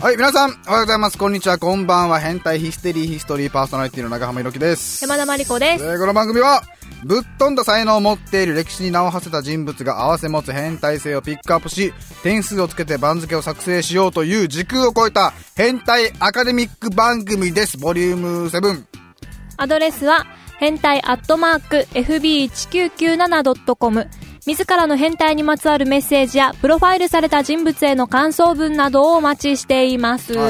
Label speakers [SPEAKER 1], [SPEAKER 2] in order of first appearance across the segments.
[SPEAKER 1] はい、皆さん、おはようございます。こんにちは、こんばんは。変態ヒステリーヒストリーパーソナリティの長浜ろきです。
[SPEAKER 2] 山田真理子です。
[SPEAKER 1] えーこの番組は、ぶっ飛んだ才能を持っている歴史に名を馳せた人物が合わせ持つ変態性をピックアップし、点数をつけて番付を作成しようという時空を超えた変態アカデミック番組です。ボリューム7。
[SPEAKER 2] アドレスは、変態アットマーク FB1997.com。自らの変態にまつわるメッセージや、プロファイルされた人物への感想文などをお待ちしています。
[SPEAKER 1] は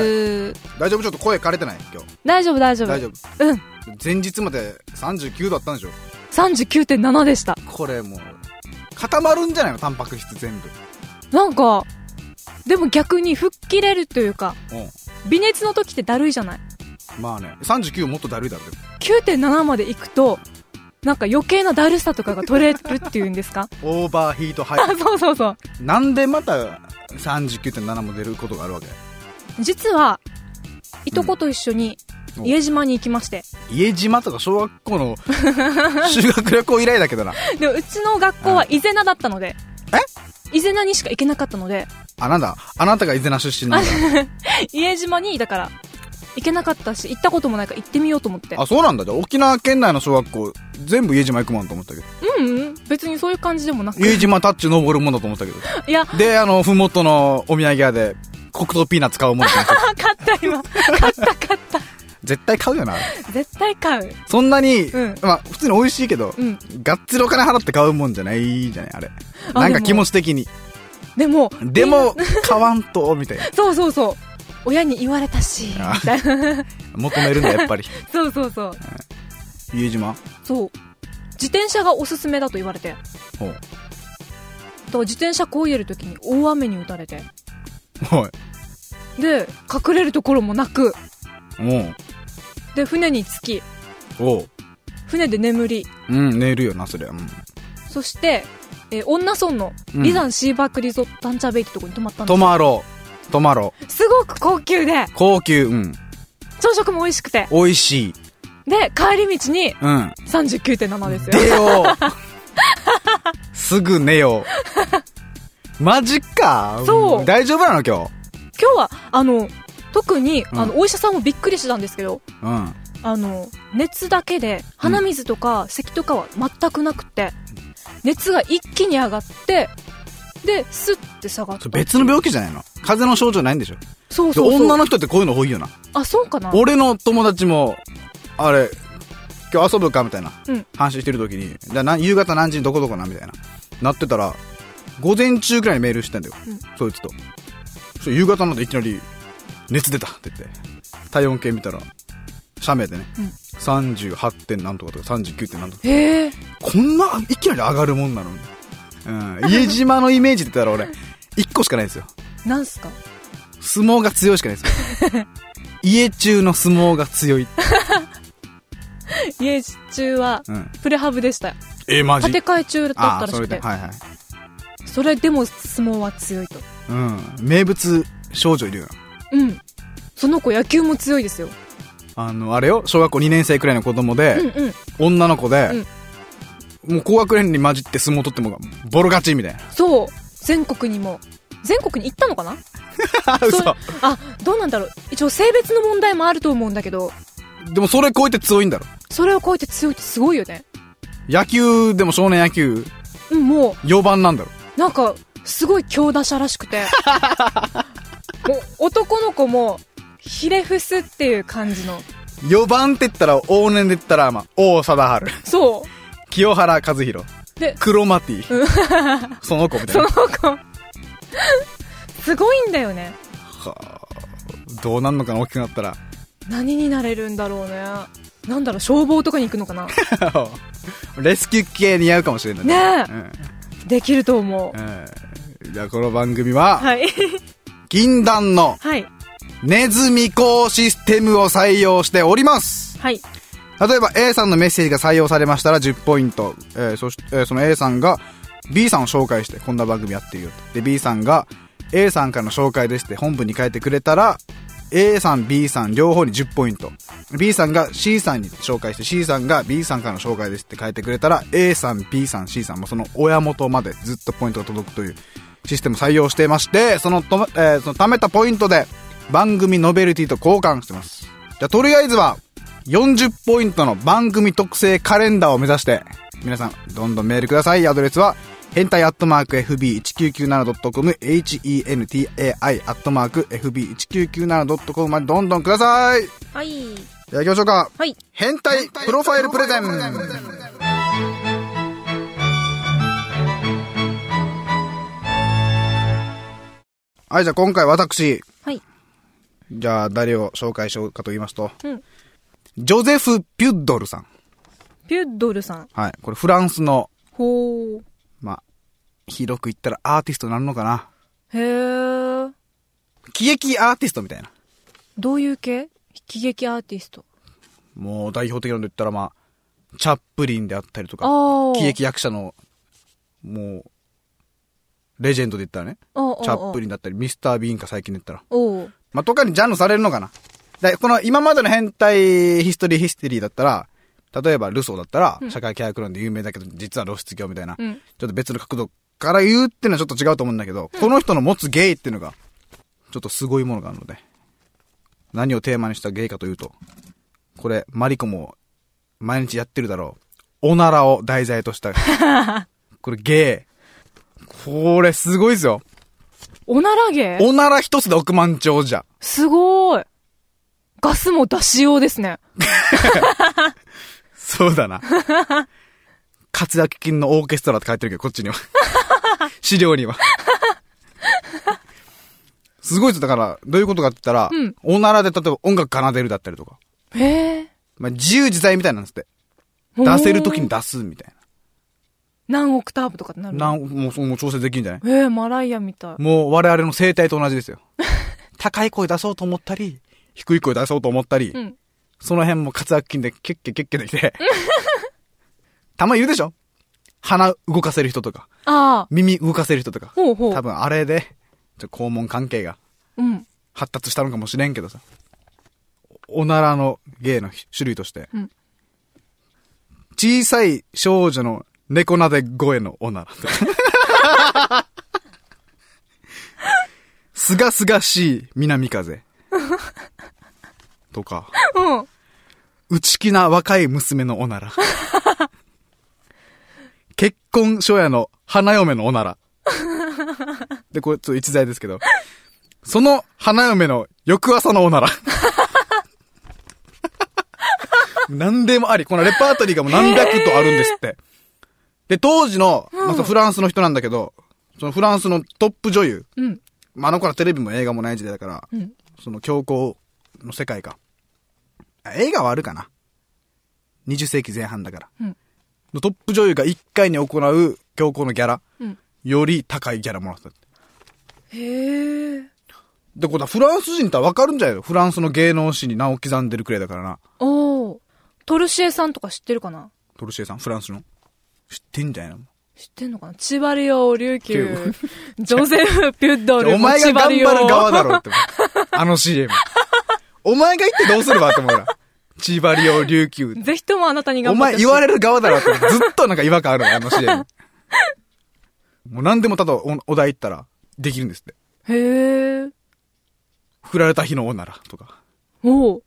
[SPEAKER 1] 大丈夫ちょっと声枯れてない今日。
[SPEAKER 2] 大丈夫、大丈夫。
[SPEAKER 1] 大丈夫。
[SPEAKER 2] うん。
[SPEAKER 1] 前日まで39度あったんでしょ
[SPEAKER 2] 39.7でした。
[SPEAKER 1] これもう、固まるんじゃないのタンパク質全部。
[SPEAKER 2] なんか、でも逆に吹っ切れるというか、
[SPEAKER 1] う
[SPEAKER 2] 微熱の時ってだるいじゃない
[SPEAKER 1] ん。まあね。39もっとだるいだろ、でも
[SPEAKER 2] ?9.7 まで行くと、なんか余計なだるさとかが取れるっていうんですか
[SPEAKER 1] オーバーヒートハイ
[SPEAKER 2] あ、そうそうそう。
[SPEAKER 1] なんでまた39.7も出ることがあるわけ
[SPEAKER 2] 実は、いとこと一緒に
[SPEAKER 1] うん
[SPEAKER 2] 家島に行きまして。
[SPEAKER 1] 家島とか小学校 の修学旅行以来だけどな。
[SPEAKER 2] でもうちの学校は伊是名だったので。伊是名にしか行けなかったので、
[SPEAKER 1] あ、なんだ。あなたが伊是名出身なんだ。
[SPEAKER 2] 家島に、だから、行けなかったし、行ったこともないから行ってみようと思って。
[SPEAKER 1] あ、そうなんだ。じゃあ沖縄県内の小学校、全部家島行くもんと思ったけど。
[SPEAKER 2] うんうん、別にそういう感じでもなく。
[SPEAKER 1] 家島タッチ登るもんだと思ったけど。
[SPEAKER 2] いや、
[SPEAKER 1] で、あの、ふもとのお土産屋で、黒糖ピーナッツ買うもんと思った。
[SPEAKER 2] あ買った今。買った買った。
[SPEAKER 1] 絶対買うよな。
[SPEAKER 2] 絶対買う。
[SPEAKER 1] そんなに、
[SPEAKER 2] うん
[SPEAKER 1] まあ、普通に美味しいけど、
[SPEAKER 2] うん。
[SPEAKER 1] がっつりお金払って買うもんじゃないじゃない、あれ。
[SPEAKER 2] あ
[SPEAKER 1] なんか
[SPEAKER 2] でも
[SPEAKER 1] 気持ち的に。
[SPEAKER 2] でも、
[SPEAKER 1] でも、 買わんと、みたいな。
[SPEAKER 2] そうそうそう。親に言われたし、み
[SPEAKER 1] あ
[SPEAKER 2] たいな。
[SPEAKER 1] 求めるんだ、やっ ぱり。
[SPEAKER 2] そうそうそう。
[SPEAKER 1] 家島
[SPEAKER 2] そう。自転車がおすすめだと言われて。
[SPEAKER 1] ほう。
[SPEAKER 2] だから自転車こいでる時に大雨に打たれて
[SPEAKER 1] ほい。
[SPEAKER 2] で隠れるところもなく
[SPEAKER 1] もう。
[SPEAKER 2] で船に着き
[SPEAKER 1] おう。
[SPEAKER 2] 船で眠り
[SPEAKER 1] うん、寝るよな、そりゃ。うん。
[SPEAKER 2] そして、えー女村の
[SPEAKER 1] うん
[SPEAKER 2] リザンシーバークリゾットタンチャベイってとこに泊まったんで
[SPEAKER 1] 泊まろう。泊まろう。
[SPEAKER 2] すすごく高級で
[SPEAKER 1] 高級、うん。
[SPEAKER 2] 朝食も美味しくて
[SPEAKER 1] 美味しい。
[SPEAKER 2] で帰り道に
[SPEAKER 1] うん。
[SPEAKER 2] 39.7ですよ
[SPEAKER 1] 出よう。 すぐ寝よう。マジか。
[SPEAKER 2] そうん
[SPEAKER 1] 大丈夫なの、今日。
[SPEAKER 2] 今日はあの特に、
[SPEAKER 1] うん
[SPEAKER 2] あのお医者さんもびっくりしたんですけど
[SPEAKER 1] うん。
[SPEAKER 2] あの熱だけで鼻水とか咳とかは全くなくて、熱が一気に上がってでスッて下がっ
[SPEAKER 1] そ
[SPEAKER 2] た
[SPEAKER 1] れ別の病気じゃないの風邪の症状ないんでしょ
[SPEAKER 2] そう
[SPEAKER 1] そう
[SPEAKER 2] そうそう
[SPEAKER 1] 女の人ってこういうの多いよな。
[SPEAKER 2] あそうかな
[SPEAKER 1] 俺の友達も、あれ、今日遊ぶかみたいな、
[SPEAKER 2] うん
[SPEAKER 1] 話してる時に、じゃあな夕方何時にどこどこなみたいな、なってたら、午前中くらいにメールしてんだよ、
[SPEAKER 2] うん
[SPEAKER 1] そいつと。そしたら夕方になっていきなり、熱出たって言って、体温計見たら、社名でね、
[SPEAKER 2] うん
[SPEAKER 1] 38点なんとかとか39点なんとか、
[SPEAKER 2] へえ
[SPEAKER 1] こんな、いきなり上がるもんなのうん、家島のイメージって言ったら俺、1個しかないんですよ。
[SPEAKER 2] なんすか
[SPEAKER 1] 相撲が強いしかないです よ家中の相撲が強い。
[SPEAKER 2] 家中は
[SPEAKER 1] うん。
[SPEAKER 2] プレハブでしたよ
[SPEAKER 1] え、マ
[SPEAKER 2] 建て替え中だった
[SPEAKER 1] ああ、
[SPEAKER 2] らし
[SPEAKER 1] それ
[SPEAKER 2] くて
[SPEAKER 1] で。はいはい。
[SPEAKER 2] それでも相撲は強いと
[SPEAKER 1] うん。名物少女いるよな。
[SPEAKER 2] うんその子野球も強いですよ
[SPEAKER 1] あの、あれよ、小学校2年生くらいの子供
[SPEAKER 2] うん
[SPEAKER 1] で、
[SPEAKER 2] うん
[SPEAKER 1] 女の子で、もう高学年に混じって相撲取っても、ボロ勝ちみたいな。
[SPEAKER 2] そう全国にも全国に行ったのかな
[SPEAKER 1] あ
[SPEAKER 2] そうあどうなんだろう一応性別の問題もあると思うんだけど
[SPEAKER 1] でもそれ超えて強いんだろ。
[SPEAKER 2] それを超えて強いってすごいよね
[SPEAKER 1] 野球、でも少年野球、
[SPEAKER 2] うんも
[SPEAKER 1] 4番なんだろ。
[SPEAKER 2] うなんかすごい強打者らし くてもう男の子もひれ伏すっていう感じの
[SPEAKER 1] 4番って言ったら、往年で言ったら、まあ、王貞治、
[SPEAKER 2] そ
[SPEAKER 1] 清原和博、
[SPEAKER 2] うで
[SPEAKER 1] 黒マテ ィ、その子みたい
[SPEAKER 2] そ
[SPEAKER 1] な
[SPEAKER 2] の。子すごいんだよね
[SPEAKER 1] はあどうなんのかな大きくなったら
[SPEAKER 2] 何になれるんだろうねなんだろう消防とかに行くのかな
[SPEAKER 1] レスキュー系似合うかもしれない
[SPEAKER 2] ねえ
[SPEAKER 1] うん
[SPEAKER 2] できると思う
[SPEAKER 1] うんじゃあこの番組は、
[SPEAKER 2] はい
[SPEAKER 1] 禁断の
[SPEAKER 2] はい
[SPEAKER 1] ネズミ講システムを採用しております
[SPEAKER 2] はい
[SPEAKER 1] 例えば A さんのメッセージが採用されましたら10ポイント、えーそして、えーその A さんが B さんを紹介してこんな番組やってるよってで B さんが A さんからの紹介ですって本部に書いてくれたら A さん B さん両方に10ポイント B さんが C さんに紹介して C さんが B さんからの紹介ですって書いてくれたら A さん B さん C さんもその親元までずっとポイントが届くというシステムを採用していましてそのと、えーその貯めたポイントで番組ノベルティと交換してます。じゃあ、とりあえずは、40ポイントの番組特製カレンダーを目指して、皆さん、どんどんメールください。アドレスは、変態アットマーク FB1997.com、hentai アットマーク FB1997.com までどんどんください。
[SPEAKER 2] はい。
[SPEAKER 1] じゃあ行きましょうか。
[SPEAKER 2] はい。
[SPEAKER 1] 変態プロファイルプレゼンはい、じゃあ今回私、
[SPEAKER 2] はい。
[SPEAKER 1] じゃあ誰を紹介しようかと言いますと、
[SPEAKER 2] うん
[SPEAKER 1] ジョゼフ・ピュッドルさん。
[SPEAKER 2] ピュッドルさん。
[SPEAKER 1] はい、これフランスの、
[SPEAKER 2] ほ
[SPEAKER 1] まあ、広く言ったらアーティストになるのかな。
[SPEAKER 2] う。へえ。
[SPEAKER 1] 喜劇アーティストみたいな。
[SPEAKER 2] どういう系喜劇アーティスト。
[SPEAKER 1] もう代表的なので言ったらまあ、チャップリンであったりと
[SPEAKER 2] あ
[SPEAKER 1] か、
[SPEAKER 2] あ。
[SPEAKER 1] 喜劇役者の、もう、レジェンドで言ったらね。
[SPEAKER 2] ああ。
[SPEAKER 1] チャップリ
[SPEAKER 2] リ。
[SPEAKER 1] ンだったり、ミスター・ビーンか最近で言ったら。
[SPEAKER 2] おう。
[SPEAKER 1] まあ、とかにジャンルされるのかな。で、この今までの変態ヒストリーヒステリーだったら、例えばルソーだったら、社会契約論で有名だけど、実は露出狂みたいな、
[SPEAKER 2] うん
[SPEAKER 1] ちょっと別の角度から言うっていうのはちょっと違うと思うんだけど、この人の持つゲイっていうのが、ちょっとすごいものがあるので、何をテーマにしたゲイかというと、これ、マリコも毎日やってるだろう。おならを題材とした。これゲイ。これすごいですよ。
[SPEAKER 2] おなら芸
[SPEAKER 1] おなら一つで億万長者。
[SPEAKER 2] すごい。ガスも出しようですね。
[SPEAKER 1] そうだ な。活躍金のオーケストラって書いてるけど、こっち には。資料には。すごいです。だから、どういうことかって言ったら、
[SPEAKER 2] うん
[SPEAKER 1] おならで例えば音楽奏でるだったりとか、
[SPEAKER 2] へえ。
[SPEAKER 1] まあ、自由自在みたいなんですって。出せるときに出すみたい
[SPEAKER 2] 何オクターブとかってなる
[SPEAKER 1] な。なんもう、そうもう調整できるんじゃない
[SPEAKER 2] ええマライアみたい。
[SPEAKER 1] もう我々の声帯と同じです よ。高い声出そうと思ったり、低い声出そうと思ったり、
[SPEAKER 2] うん。
[SPEAKER 1] その辺も活躍筋でキュッキュキュッキュでき て。たまにいるでしょ鼻動かせる人とか、
[SPEAKER 2] ああ。
[SPEAKER 1] 耳動かせる人とか。
[SPEAKER 2] ほうほう。
[SPEAKER 1] 多分あれで、ちょっと肛門関係が
[SPEAKER 2] うん。
[SPEAKER 1] 発達したのかもしれんけどさ。おならの芸の種類として、
[SPEAKER 2] うん
[SPEAKER 1] 小さい少女の猫なで声のおならとか。 すがすがしい南風。とか。
[SPEAKER 2] うん。
[SPEAKER 1] 内気な若い娘のおなら。結婚初夜の花嫁のおなら。で、これちょっと一材ですけど。その花嫁の翌朝のおなら。何でもあり。このレパートリーがもう何百とあるんですって。で、当時の、まあそのフランスの人なんだけど、そのフランスのトップ女優。
[SPEAKER 2] うん。
[SPEAKER 1] まあ、あの頃はテレビも映画もない時代だから、
[SPEAKER 2] うん。
[SPEAKER 1] その強行の世界か。あ映画はあるかな。20世紀前半だから。
[SPEAKER 2] うん
[SPEAKER 1] のトップ女優が1回に行う強行のギャラ、
[SPEAKER 2] うん。
[SPEAKER 1] より高いギャラもらってたって。
[SPEAKER 2] へえ。
[SPEAKER 1] で、これフランス人ってわかるんじゃないのフランスの芸能史に名を刻んでるくらいだからな。
[SPEAKER 2] おお。トルシエさんとか知ってるかな
[SPEAKER 1] トルシエさん、フランスの。知ってんじゃないの
[SPEAKER 2] 知ってんのかな千葉リオ、琉球、 ジョゼフ・ピュッドル、
[SPEAKER 1] お前
[SPEAKER 2] 千
[SPEAKER 1] が
[SPEAKER 2] 葉
[SPEAKER 1] 頑
[SPEAKER 2] リオ
[SPEAKER 1] 張る側だろって思う。あの CM。お前が言ってどうするわって思うな。千葉リオ琉球
[SPEAKER 2] ぜひともあなたに
[SPEAKER 1] お
[SPEAKER 2] 頑張っ
[SPEAKER 1] 前
[SPEAKER 2] て
[SPEAKER 1] 言わ
[SPEAKER 2] れ
[SPEAKER 1] れる側だろって、ずっとなんか違和感あるの、あの CM。もう何でもただおお題言ったら、できるんですって。
[SPEAKER 2] へえ。
[SPEAKER 1] 振られた日のおならとか、
[SPEAKER 2] おお。。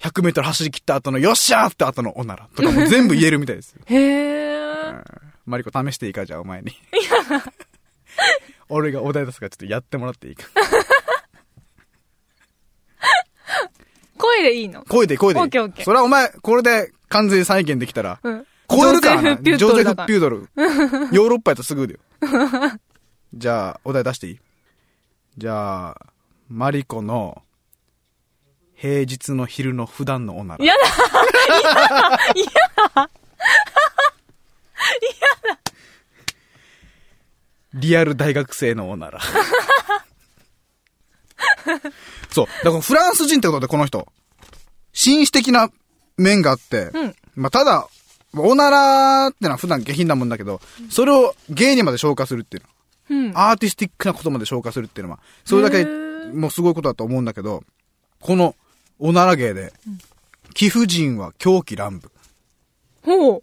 [SPEAKER 1] 100メートル走り切った後のよっしゃーって後のおならとかも全部言えるみたいですよ
[SPEAKER 2] へえ。
[SPEAKER 1] マリコ試していいかじゃあお前に。 俺がお題出すからちょっとやってもらっていいか。
[SPEAKER 2] 声でいいの
[SPEAKER 1] 声で声でいい。
[SPEAKER 2] オッケーオッケー
[SPEAKER 1] それはお前、これで完全に再現できたら、
[SPEAKER 2] うん。
[SPEAKER 1] 超えるからな。
[SPEAKER 2] ジョゼフ・ピュッドル
[SPEAKER 1] ジョゼ
[SPEAKER 2] だか
[SPEAKER 1] フ・
[SPEAKER 2] ら。
[SPEAKER 1] ピュード ル。ヨーロッパやったらすぐだよ。じゃあ、お題出していいじゃあ、マリコの、平日の昼の普段のおなら。
[SPEAKER 2] やだ
[SPEAKER 1] リアル大学生のお なら。そう。だからフランス人ってことで、この人。紳士的な面があって、
[SPEAKER 2] うん
[SPEAKER 1] まあただ、おならってのは普段下品なもんだけど、それを芸にまで消化するっていうの。
[SPEAKER 2] うん。
[SPEAKER 1] アーティスティックなことまで消化するっていうのは、それだ
[SPEAKER 2] へ
[SPEAKER 1] け
[SPEAKER 2] ー
[SPEAKER 1] もうすごいことだと思うんだけど、このおなら芸で、貴婦人は狂気乱舞。
[SPEAKER 2] ほう。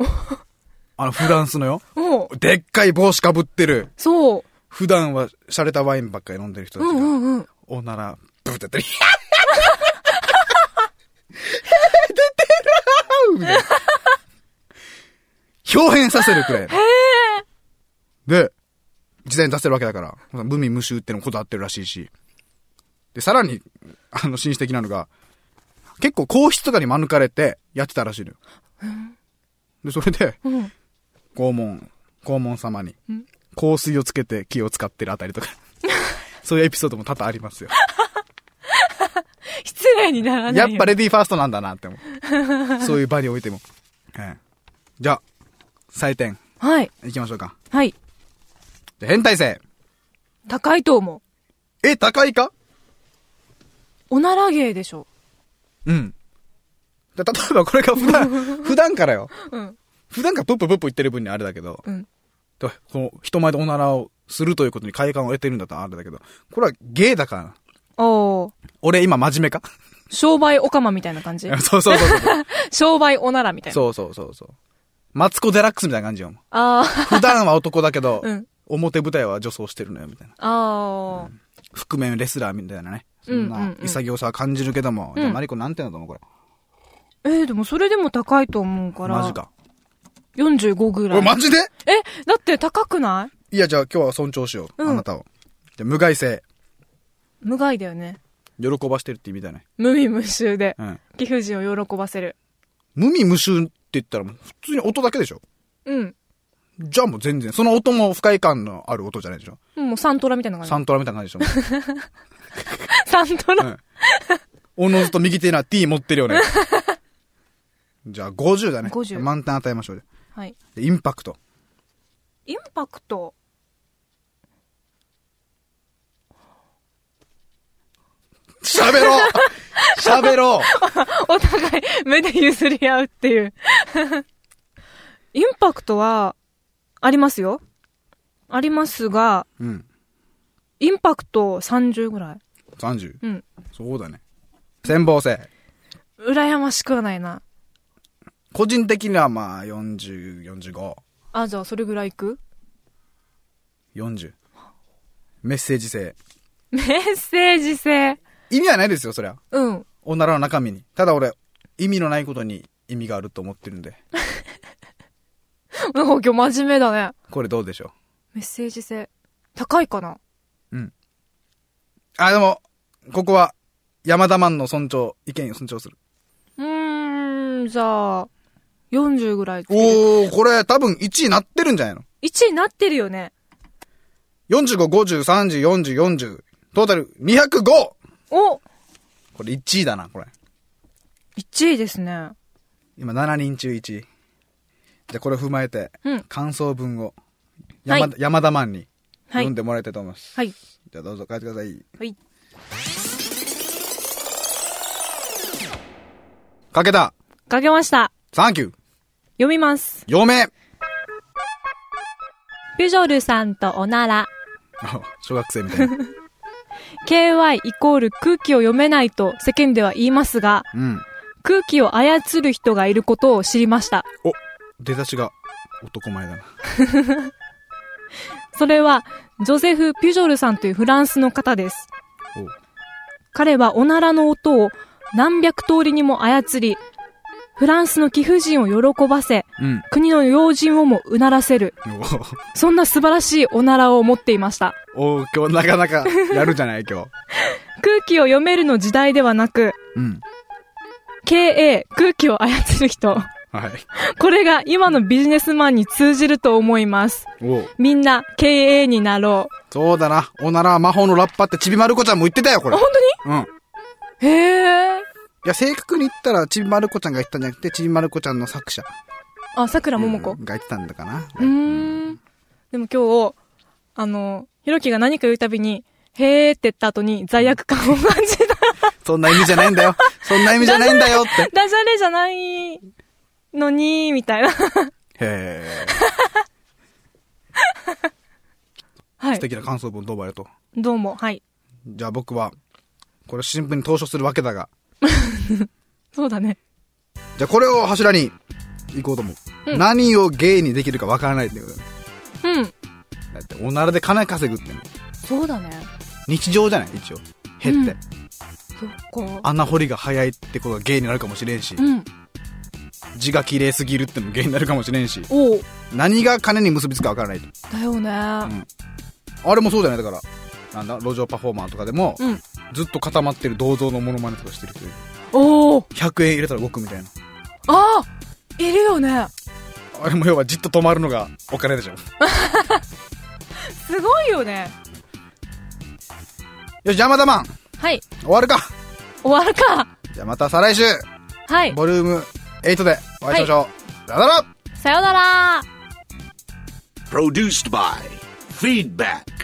[SPEAKER 1] あのフランスのよ。
[SPEAKER 2] ほう。
[SPEAKER 1] でっかい帽子かぶってる。
[SPEAKER 2] そう。
[SPEAKER 1] 普段は洒落たワインばっかり飲んでる人た
[SPEAKER 2] う
[SPEAKER 1] ち
[SPEAKER 2] んう
[SPEAKER 1] が、
[SPEAKER 2] んうん。
[SPEAKER 1] おなら、ドブってやったり、出てるみたいな。表変させるくらいの。で、時代に出せるわけだから、無味無臭ってのもこだわってるらしいし。で、さらに、あの、紳士的なのが、結構皇室とかに免れてやってたらしいのよ。で、それで、
[SPEAKER 2] うん。
[SPEAKER 1] 肛門、肛門様に
[SPEAKER 2] ん、
[SPEAKER 1] 香水をつけて気を使ってるあたりとか、そういうエピソードも多々ありますよ。
[SPEAKER 2] 失礼にならない
[SPEAKER 1] や
[SPEAKER 2] よ。
[SPEAKER 1] っぱレディーファーストなんだなって思う。そういう場においても。ええじゃあ、採点、
[SPEAKER 2] はい。
[SPEAKER 1] いきましょうか。
[SPEAKER 2] はい。
[SPEAKER 1] じゃあ変態性。
[SPEAKER 2] 高いと思
[SPEAKER 1] え、高いか
[SPEAKER 2] う。おなら芸でしょ。
[SPEAKER 1] うん。で例えばこれが普 段、普段からよ。
[SPEAKER 2] うん。
[SPEAKER 1] 普段からプッププップ言ってる分にはあれだけど、
[SPEAKER 2] うん。
[SPEAKER 1] でこの人前でおならをするということに快感を得てるんだったらあれだけど、これはゲイだからな。
[SPEAKER 2] おー。
[SPEAKER 1] 俺今真面目か
[SPEAKER 2] 商売おかまみたいな感じ
[SPEAKER 1] そう そうそうそう。
[SPEAKER 2] 商売おならみたいな。
[SPEAKER 1] そうそうそうそう。マツコ・デラックスみたいな感じよ。
[SPEAKER 2] あー。
[SPEAKER 1] 普段は男だけど、
[SPEAKER 2] うん
[SPEAKER 1] 表舞台は女装してるのよ、みたいな。
[SPEAKER 2] あー。
[SPEAKER 1] 覆面レスラーみたいなね。そ
[SPEAKER 2] うん
[SPEAKER 1] んな潔さは感じるけども。
[SPEAKER 2] うん
[SPEAKER 1] じゃあマリコ何点だと思うこれ。
[SPEAKER 2] えー、でもそれでも高いと思うから。
[SPEAKER 1] マジ。か。
[SPEAKER 2] 45ぐら
[SPEAKER 1] お
[SPEAKER 2] い。
[SPEAKER 1] いマジで
[SPEAKER 2] え、だって高くない
[SPEAKER 1] いや、じゃあ今日は尊重しよう。
[SPEAKER 2] うん
[SPEAKER 1] あなたを。じゃあ無害性。
[SPEAKER 2] 無害だよね。
[SPEAKER 1] 喜ばしてるって意味だね。
[SPEAKER 2] 無味無臭で、
[SPEAKER 1] うん。
[SPEAKER 2] 貴婦人を喜ばせる。
[SPEAKER 1] 無味無臭って言ったらもう普通に音だけでしょ
[SPEAKER 2] うん。
[SPEAKER 1] じゃあもう全然。その音も不快感のある音じゃないでしょ
[SPEAKER 2] もうサントラみたいな
[SPEAKER 1] サ
[SPEAKER 2] 感
[SPEAKER 1] ントラみたいな感じでしょ
[SPEAKER 2] じ。サントラ。
[SPEAKER 1] うんおのずと右手には T 持ってるよ ね。じゃあ50だね。
[SPEAKER 2] 50
[SPEAKER 1] 満点与えましょう。
[SPEAKER 2] はい。
[SPEAKER 1] でインパクト。
[SPEAKER 2] インパクト。
[SPEAKER 1] 喋ろう喋ろう
[SPEAKER 2] お互い目で譲り合うっていう。インパクトは、ありますよ。ありますが、
[SPEAKER 1] うん。
[SPEAKER 2] インパクト30ぐらい。
[SPEAKER 1] 30。
[SPEAKER 2] うん。
[SPEAKER 1] そうだね。戦謀性。
[SPEAKER 2] 羨ましくはないな。
[SPEAKER 1] 個人的にはまあ40、45、
[SPEAKER 2] あ、じゃあそれぐらいいく
[SPEAKER 1] 40。メッセージ性。
[SPEAKER 2] メッセージ性。
[SPEAKER 1] 意味はないですよ、そりゃ。
[SPEAKER 2] うん。
[SPEAKER 1] おならの中身に。ただ俺、意味のないことに意味があると思ってるんで。
[SPEAKER 2] なんか今日真面目だね。
[SPEAKER 1] これどうでしょ
[SPEAKER 2] メッセージ性。高いかな
[SPEAKER 1] ううん。あ、でも、ここは、山田マンの尊重、意見を尊重する。
[SPEAKER 2] うーん、じゃあ、40ぐらいつける。
[SPEAKER 1] おー、これ多分1位なってるんじゃないの
[SPEAKER 2] 1位になってるよね。
[SPEAKER 1] ?45、50、30、40、40。トータル 205!
[SPEAKER 2] お
[SPEAKER 1] これ1位だな、これ。
[SPEAKER 2] !1 位ですね。
[SPEAKER 1] 今7人中1位。じゃあこれ踏まえて、
[SPEAKER 2] うん
[SPEAKER 1] 感想文を
[SPEAKER 2] はい
[SPEAKER 1] 山,、山田マンに
[SPEAKER 2] はい
[SPEAKER 1] 読んでもらいたいと思います。
[SPEAKER 2] はい。
[SPEAKER 1] じゃあどうぞ書いてください。
[SPEAKER 2] はい。
[SPEAKER 1] 書けた
[SPEAKER 2] 書けました。
[SPEAKER 1] サンキュー
[SPEAKER 2] 読みます。
[SPEAKER 1] 嫁
[SPEAKER 2] ピジョルさんとおなら。
[SPEAKER 1] あ小学生みたいな。
[SPEAKER 2] KY イコール空気を読めないと世間では言いますが、
[SPEAKER 1] うん。
[SPEAKER 2] 空気を操る人がいることを知りました。
[SPEAKER 1] お出だしが男前だな。
[SPEAKER 2] それは、ジョゼフ・ピジョルさんというフランスの方です。
[SPEAKER 1] お
[SPEAKER 2] 彼はおならの音を何百通りにも操り、フランスの貴婦人を喜ばせ、
[SPEAKER 1] うん。
[SPEAKER 2] 国の要人をもうならせる、そんな素晴らしいおならを持っていました。
[SPEAKER 1] おお今日なかなかやるじゃない今日。
[SPEAKER 2] 空気を読めるの時代ではなく、
[SPEAKER 1] うん。
[SPEAKER 2] KA、空気を操る人。
[SPEAKER 1] はい。
[SPEAKER 2] これが今のビジネスマンに通じると思います。
[SPEAKER 1] お
[SPEAKER 2] みんな、KA になろう。
[SPEAKER 1] そうだな。おならは魔法のラッパってちびまる子ちゃんも言ってたよ、これ
[SPEAKER 2] あ、。本
[SPEAKER 1] うん。
[SPEAKER 2] 当にへえ。
[SPEAKER 1] いや、正確に言ったら、ちびまる子ちゃんが言ったんじゃなくて、ちびまる子ちゃんの作者。
[SPEAKER 2] あ、桜桃子。
[SPEAKER 1] うんが言ってたんだかな。
[SPEAKER 2] うーん。でも今日、あの、ひろきが何か言うたびに、へーって言った後に罪悪感を感じた。
[SPEAKER 1] そんな意味じゃないんだよ。そんな意味じゃないんだよって。
[SPEAKER 2] ダジャレじゃないのに、み たいな。
[SPEAKER 1] へえ。素
[SPEAKER 2] はい。
[SPEAKER 1] 敵な感想文どうもありがと
[SPEAKER 2] どうも、はい。
[SPEAKER 1] う。じゃあ僕は、これ新聞に投書するわけだが、
[SPEAKER 2] そうだね。
[SPEAKER 1] じゃあこれを柱に、行こうと思う。
[SPEAKER 2] うん
[SPEAKER 1] 何を芸にできるかわからないってことだよ
[SPEAKER 2] うん。
[SPEAKER 1] だって、おならで金稼ぐってね、
[SPEAKER 2] そうだね。
[SPEAKER 1] 日常じゃない一応。減って。
[SPEAKER 2] そっか
[SPEAKER 1] 穴掘りが早いってことが芸になるかもしれんし、
[SPEAKER 2] うん
[SPEAKER 1] 字が綺麗すぎるってのも芸になるかもしれんし
[SPEAKER 2] おう
[SPEAKER 1] 何が金に結びつくかわからないと
[SPEAKER 2] だよね
[SPEAKER 1] あれもそうじゃないだからなんだ路上パフォーマーとかでも、
[SPEAKER 2] うん
[SPEAKER 1] ずっと固まってる銅像のモノマネとかしてる人いる
[SPEAKER 2] おお
[SPEAKER 1] 100円入れたら動くみたいな
[SPEAKER 2] あーいるよね
[SPEAKER 1] あれも要はじっと止まるのがお金でしょ
[SPEAKER 2] すごいよね
[SPEAKER 1] よし邪魔だマン
[SPEAKER 2] はい
[SPEAKER 1] 終わるか
[SPEAKER 2] 終わるか
[SPEAKER 1] じゃあまた再来週
[SPEAKER 2] はい
[SPEAKER 1] ボリューム8でお会いしましょう、さよなら
[SPEAKER 2] さよなら
[SPEAKER 3] Produced by Feedback.